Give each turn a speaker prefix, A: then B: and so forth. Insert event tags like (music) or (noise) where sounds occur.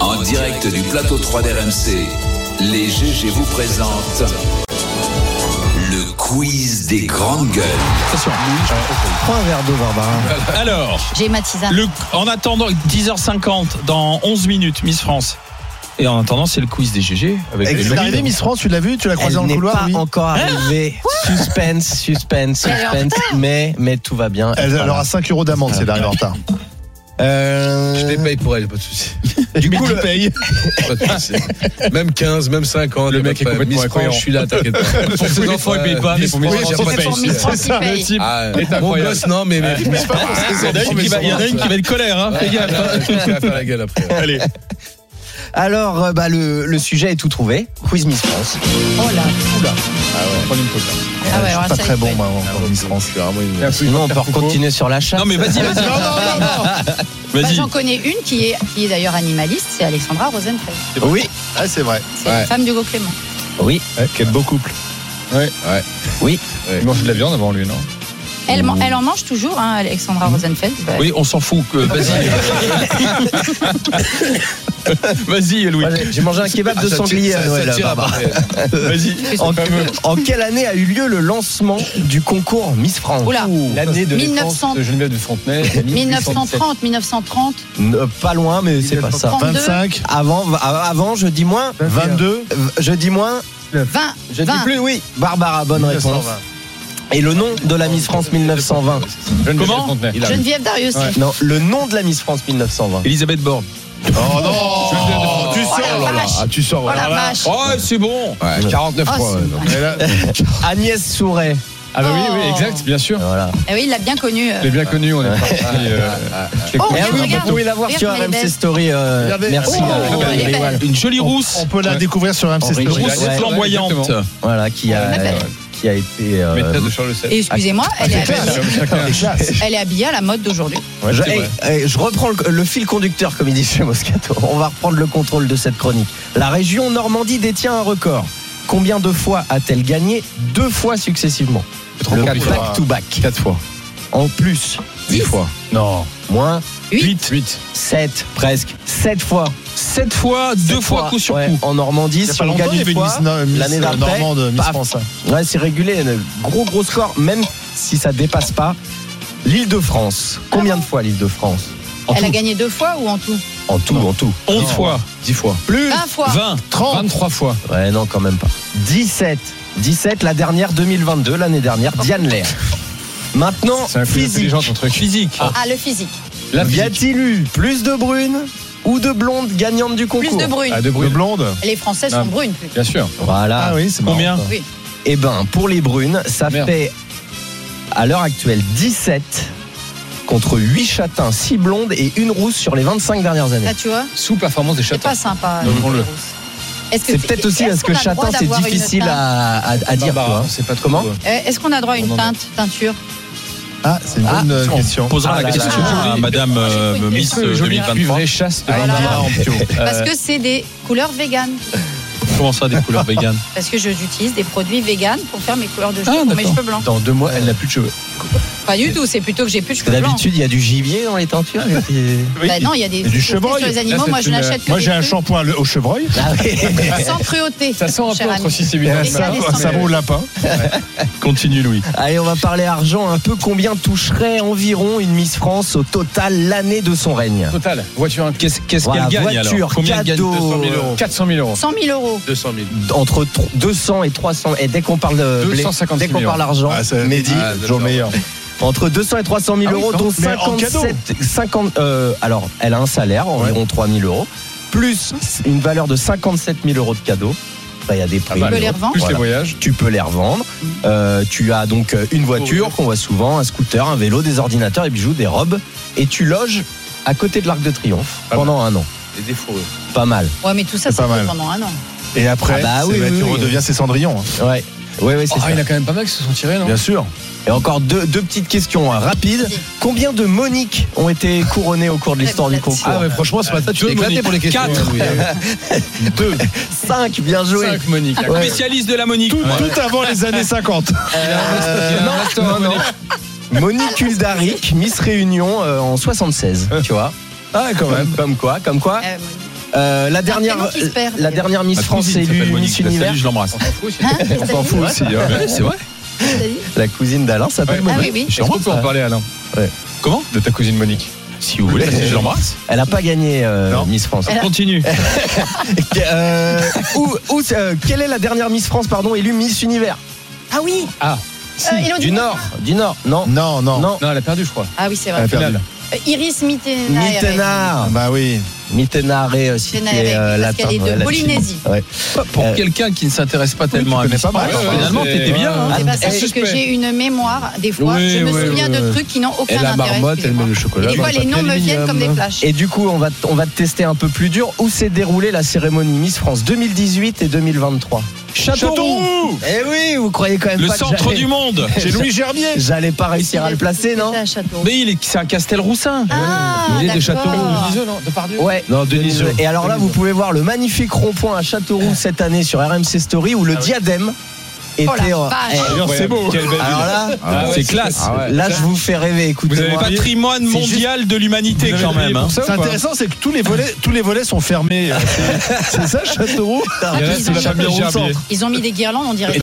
A: En direct du plateau 3 d'RMC, les GG vous présentent le quiz des grandes gueules.
B: Attention.
C: Prends un verre d'eau, Barbara.
B: Alors,
D: J'ai ma tisane.
B: le, en attendant 10h50 dans 11 minutes, Miss France. Et en attendant, c'est le quiz des GG avec
C: Elle
B: les
C: est
B: Lomines.
C: arrivée, Miss France, tu l'as vue, tu l'as croisée
E: Elle
C: dans le
E: n'est
C: couloir.
E: pas
C: oui.
E: encore arrivée. Suspense, suspense,
D: Ah Elle est en
E: suspense. Mais, mais tout va bien.
C: Elle, elle
E: Voilà.
C: aura 5 euros d'amende si elle arrive en retard.
F: Euh, Je les paye pour elle, pas de souci. Du coup, le-
B: paye.
F: pas de souci. même 15, même 50.
B: Le
F: y a
B: mec
F: pas de
B: est
F: problème.
B: complètement
F: Miss France,
B: incohérent.
F: Je suis là, t'inquiète pas.
B: Pour ses enfants, il paye pas, mais pour mes
F: Oui,
B: enfants,
F: j'ai
B: il
F: pas
D: C'est
B: paye.
D: pour Miss France qui
B: Le
D: paye.
B: type.
F: Ah,
B: est
F: mon
B: incroyable.
F: gosse, non, mais. mais-
B: Il y en a une qui va- il y en a une qui va être colère, hein.
F: Ah,
B: Fais
F: là,
B: gaffe.
F: là, je vais faire la gueule après.
B: Allez.
E: Alors, euh, bah, le, le sujet est tout trouvé. Quiz Miss France.
D: Oh là. Ah ouais,
C: je
D: alors
C: suis pas
D: ça,
C: très
D: il
C: bon,
D: faut-
C: moi, en en Miss France.
E: Sinon, on peut continuer sur la chasse.
B: Non, mais vas-y, vas-y.
D: Bah,
B: Vas-y.
D: J'en connais une qui est, qui est d'ailleurs animaliste, c'est Alexandra Rosenfeld.
E: Oui,
C: Ah, c'est vrai.
D: C'est
F: Ouais.
D: la femme d'Hugo Clément.
E: oui.
C: Quel beau couple.
F: Ouais.
B: Il mange de la viande avant lui, non
D: Elle, man- elle en mange toujours, hein, Alexandra Rosenfeld. Bah,
B: Oui, on s'en fout. que- Vas-y. Vas-y, Louis.
E: Moi, j'ai- J'ai mangé un kebab de
F: Ah, ça
E: sanglier
F: tire-
E: à
F: ça- ça
E: Noël.
F: tire à
E: Barbara.
F: part.
B: (laughs) Vas-y.
E: En, (laughs) en quelle année a eu lieu le lancement du concours Miss France
D: Oula.
E: L'année de
D: 1900,
B: Geneviève de Fontenay.
D: 1930, 1930,
E: Euh, Pas loin, mais c'est pas ça.
D: 32.
C: 25,
E: Avant, av- avant, je dis moins.
C: 22,
E: Euh, Je dis moins.
D: 20,
E: Je dis
D: 20.
E: plus, oui. Barbara, bonne réponse. Et le nom de la Miss France 1920
B: Comment
F: Il a-
D: Geneviève Darius.
E: Non, le nom de la Miss France 1920.
B: Elisabeth Borne.
C: Oh non
D: Oh la vache.
F: Ah, tu sors,
D: Oh la
F: voilà.
D: vache.
B: Oh, c'est bon.
F: Ouais, 49
D: Ah,
F: points.
D: c'est-
F: ouais, non.
C: Mais là,
E: Agnès Souret.
B: Ah bah oui,
D: Oh.
B: oui, exact, bien sûr.
E: Voilà.
D: Eh oui, il l'a bien connue. euh.
B: Je l'ai bien connu, on est parti. euh, je l'ai
D: Oh,
B: connu.
E: Eh
D: regarde,
E: oui,
D: regarde.
E: vous pouvez la voir sur
D: Regardez, elle est
E: RMC
D: belle.
E: Story. euh,
C: Regardez.
E: merci.
D: Oh,
E: euh,
D: elle est
E: Léo
D: belle.
E: Al-
B: Une jolie rousse.
C: on peut la
B: Ouais.
C: découvrir sur MC
E: Henri
C: Story.
E: Giraud.
B: Rousse
E: Ouais,
B: flamboyante.
F: exactement.
E: Voilà, qui a,
D: Elle est belle.
E: qui a été. euh,
F: Maîtresse de Charles VII.
D: Et excusez-moi, elle, est
C: classe.
D: habillée-
E: (laughs)
C: C'est classe.
D: elle est habillée à la mode d'aujourd'hui.
E: ouais, je,
F: c'est
E: eh,
F: vrai.
E: eh, je reprends le, le fil conducteur, comme il dit chez Moscato. On va reprendre le contrôle de cette chronique. La région Normandie détient un record. Combien de fois a-t-elle gagné deux fois successivement Le
C: compliqué.
E: back-to-back.
F: 4 fois.
E: En plus,
F: 10 fois.
C: Non.
E: moins
B: 8.
E: 7, presque 7 fois.
B: 7 fois, 2 fois coup sur
E: Ouais,
B: coup.
E: En Normandie,
C: Il y a
E: si
C: pas
E: on
C: longtemps,
E: gagne
C: il y avait
E: une
C: une
E: fois,
C: Miss, no- Miss
E: l'année d'après,
C: Normande, Miss
E: paf.
C: France.
E: ouais, c'est régulé, un gros gros score, même si ça dépasse pas. L'île de France, combien de fois l'île de France En
D: Elle a
E: tout,
D: gagné deux fois ou en tout
E: en tout, en tout.
B: 11 fois,
F: 10 fois.
D: 20 fois.
B: 20,
C: 30.
B: 23 fois.
E: Ouais, non, quand même pas. 17, 17, la dernière 2022, l'année dernière, Diane Lair. Maintenant, physique.
B: ton truc. Physique.
D: Ah, le physique.
B: La
E: Y
B: physique.
E: a-t-il eu plus de brunes ou de blondes gagnantes du
D: Plus
E: concours
D: de brunes.
F: de
C: Le blonde
D: Les Français
B: Ah.
D: sont brunes. plus.
B: Bien sûr.
E: Voilà.
C: Ah oui, c'est marrant.
B: Combien
D: Oui.
E: Eh ben, pour les brunes, ça
B: Merde.
E: fait à l'heure actuelle 17 contre 8 châtains, 6 blondes et une rousse sur les 25 dernières années.
D: Là, tu vois,
B: Sous-performance des
D: c'est
B: châtains.
D: pas sympa. hein.
B: Non, on le-
D: Est-ce que-
E: C'est peut-être aussi
D: est-ce
E: parce que
D: qu'on a le droit
E: châtain, c'est
D: d'avoir une
E: difficile
D: teinte
E: à, à- à dire.
B: Barbara,
E: quoi.
B: on sait pas trop,
E: Comment
B: euh,
D: Euh, Est-ce qu'on a droit à une teinte, teinture
C: Ah, c'est une
E: Ah,
C: bonne euh, question.
B: On posera
E: Ah
B: la
E: là
B: question
D: là.
B: à Madame euh,
D: Est-ce que
B: Miss
D: le
B: euh,
D: joli
B: 2023.
D: Ah, Voilà.
C: Indira Ampio.
D: Parce que c'est des couleurs véganes.
B: Comment ça, des couleurs véganes
D: Parce que je- j'utilise des produits véganes pour faire mes couleurs de cheveux, pour mes
B: d'accord.
D: cheveux blancs.
F: Dans deux mois, elle n'a plus de cheveux.
D: Pas du tout, c'est plutôt que j'ai plus de cheveux blancs.
E: D'habitude, il y a du gibier dans les teintures. et puis-
D: Bah non, il y a des
C: Et du
D: des tests
C: chevreuil.
D: sur les animaux. moi, je n'achète que
C: Moi,
D: des
C: j'ai un
D: trucs
C: shampoing le- au chevreuil.
E: Ah oui.
D: sans cruauté.
B: Ça sent un peu
D: cher
B: entre
D: ami.
B: 6 et 8
C: Ça,
D: Mais ça
C: ça
D: descend.
C: vaut au lapin.
B: Continue, Louis.
E: Allez, on va parler argent un peu. Combien toucherait environ une Miss France au total l'année de son règne
F: Total. Voiture incluse.
B: Qu'est-ce qu'est-ce
E: Voilà,
B: qu'elle gagne
E: voiture,
B: alors Combien elle gagne
E: cadeau.
B: 200 000 euros.
F: 400 000 euros.
D: 100 000 euros.
F: 200 000.
E: Entre tro- 200 et 300. Et dès qu'on parle de blé-
F: 250
E: dès qu'on
F: millions.
E: parle argent,
C: Ah, c'est-
E: Mehdi,
F: Ah,
C: Toujours le meilleur.
E: Entre 200 et 300 000
F: Ah oui,
E: euros,
F: quand-
E: dont
C: mais en
E: 57, 50, euh, alors elle a un salaire, environ 3 000 euros, plus une valeur de 57 000 euros de cadeaux. Enfin, Il y a
C: Ah
E: des prix.
F: mal.
C: bah,
D: Tu peux les revendre
F: Plus les
E: Voilà.
F: voyages.
E: Tu peux les revendre. Euh, tu as donc euh, une voiture qu'on voit souvent, un scooter, un vélo, des ordinateurs, des bijoux, des robes. Et tu loges à côté de l'Arc de
C: Ah
E: Triomphe
C: bah.
F: Pas
E: pendant un an.
F: Et des fourrures.
E: Pas mal.
D: Ouais, mais tout ça,
C: C'est
D: ça
C: pas
D: fait
C: mal.
D: pendant un an.
C: Et après,
E: Ah bah
C: c'est
E: oui,
C: vrai,
E: oui,
C: tu
E: oui.
C: redeviens ses cendrillons.
E: Ouais. Ouais, ouais, c'est
C: Oh,
F: Ah,
E: ça.
F: il y en a quand même pas mal qui se sont tirés, non
C: Bien sûr.
E: Et encore deux, deux petites questions euh, rapides. Combien de Monique ont été couronnées au cours de l'histoire du concours
F: Ah ouais, franchement, ce matin, tu t'es
B: Deux
F: éclaté
B: Monique.
F: pour les questions.
B: Quatre.
F: Oui,
B: (laughs) Ah
F: oui.
E: (laughs) 5, bien joué.
F: Cinq, Monique.
E: Ouais.
B: Spécialiste de la Monique.
C: Tout, tout avant les années 50.
E: Euh,
F: Il y a un
E: non,
F: restaurant,
E: non, non. Monique
B: Euh. Ah,
E: Uldaric, Miss Réunion euh, en 76, tu vois. Ah, quand même. Comme quoi, comme quoi.
D: Euh,
E: Euh, la
D: prénom
E: dernière,
D: qui se perd,
E: la
D: d'ailleurs.
E: dernière Miss
B: Ma
E: France
B: cousine
E: élue
B: s'appelle Monique,
E: Miss
B: je la salue,
E: Univers.
B: je l'embrasse.
D: Hein,
C: On
D: t'as
C: s'en
D: dit
C: fout aussi. hein.
F: Ouais, c'est vrai.
D: T'as dit
E: La cousine d'Alain s'appelle
D: Ah
E: Monique.
D: oui, oui.
C: Je
F: Est-ce qu'on peut en parler, Alain
E: Ouais.
F: Comment
C: De ta cousine Monique.
B: Si vous voulez, je l'embrasse.
E: (laughs) Elle n'a pas gagné euh,
C: Non.
E: Miss France.
D: Elle a-
B: Continue.
E: (laughs) Euh, où, où- euh, quelle est la dernière Miss France pardon élue Miss Univers
D: Ah oui
F: Ah,
D: Euh, Elodie
E: Du Nord, du Nord, non,
C: Non, non.
E: non.
F: Non, elle a perdu, je crois.
D: Ah oui, c'est
C: Elle
D: vrai.
C: a perdu.
D: Euh, Iris Mitena.
E: Mittenard,
C: Bah oui.
E: Mittenard et euh, si tu
D: Mittenard et
E: es euh,
D: Rémi, parce
E: latin,
D: qu'elle est de
E: ouais, latine.
D: Polynésie.
E: Ouais.
B: Pour
E: Euh,
B: quelqu'un qui ne s'intéresse pas tellement à
C: connais
B: Miss
C: pas mal,
B: France,
C: ouais,
B: finalement,
F: c'est-
B: t'étais bien. hein.
E: Ah,
D: Eh ben, sachez
F: suspect.
D: que j'ai une mémoire, des fois,
F: Oui,
D: je me
F: oui,
D: souviens
F: oui,
D: de
F: oui.
D: trucs qui n'ont aucun
F: Elle a
D: intérêt.
F: marmotte, elle met le
D: Et
F: chocolat.
D: des
F: dans
D: fois,
F: le
D: les noms me
F: papier
D: viennent comme des
F: aluminium.
D: flashs.
E: Et du coup, on va, t- on va te tester un peu plus dur. Où s'est déroulée la cérémonie Miss France 2018 et 2023
B: Châteauroux
E: Eh oui, vous croyez quand même
B: Le
E: pas que
B: centre
E: j'allais- (laughs)
B: du monde
C: Chez Louis Gerbier.
E: J'allais pas réussir à le placer, non
D: C'était à Châteauroux.
B: Mais il est- c'est un Castelroussin
D: Ah,
F: Il est de
D: d'accord.
F: Châteauroux. Deniseux, non De Pardieu
E: Ouais.
B: Non, Denisot.
E: Et alors là, vous pouvez voir le magnifique rond-point à
F: Ah.
E: Châteauroux cette année sur RMC Story où le diadème
D: Oh la
E: était en.
D: vache.
E: Eh,
C: Incroyable.
F: c'est beau.
C: Quelle belle
E: Alors
C: ville.
E: là,
B: Ah ouais, C'est classe.
F: Ah ouais.
E: là, je vous fais rêver. Écoutez,
F: Vous avez pas
B: Patrimoine
E: C'est
B: mondial de l'humanité quand même. hein.
C: C'est intéressant, c'est que tous les volets, tous les volets
B: (laughs)
C: sont fermés. euh, c'est- C'est ça, Châteauroux
D: Ah, puis ils,
F: la
D: ont,
F: famille
C: Châteauroux
F: Gerbier.
C: centre.
D: ils ont mis des guirlandes, on dirait.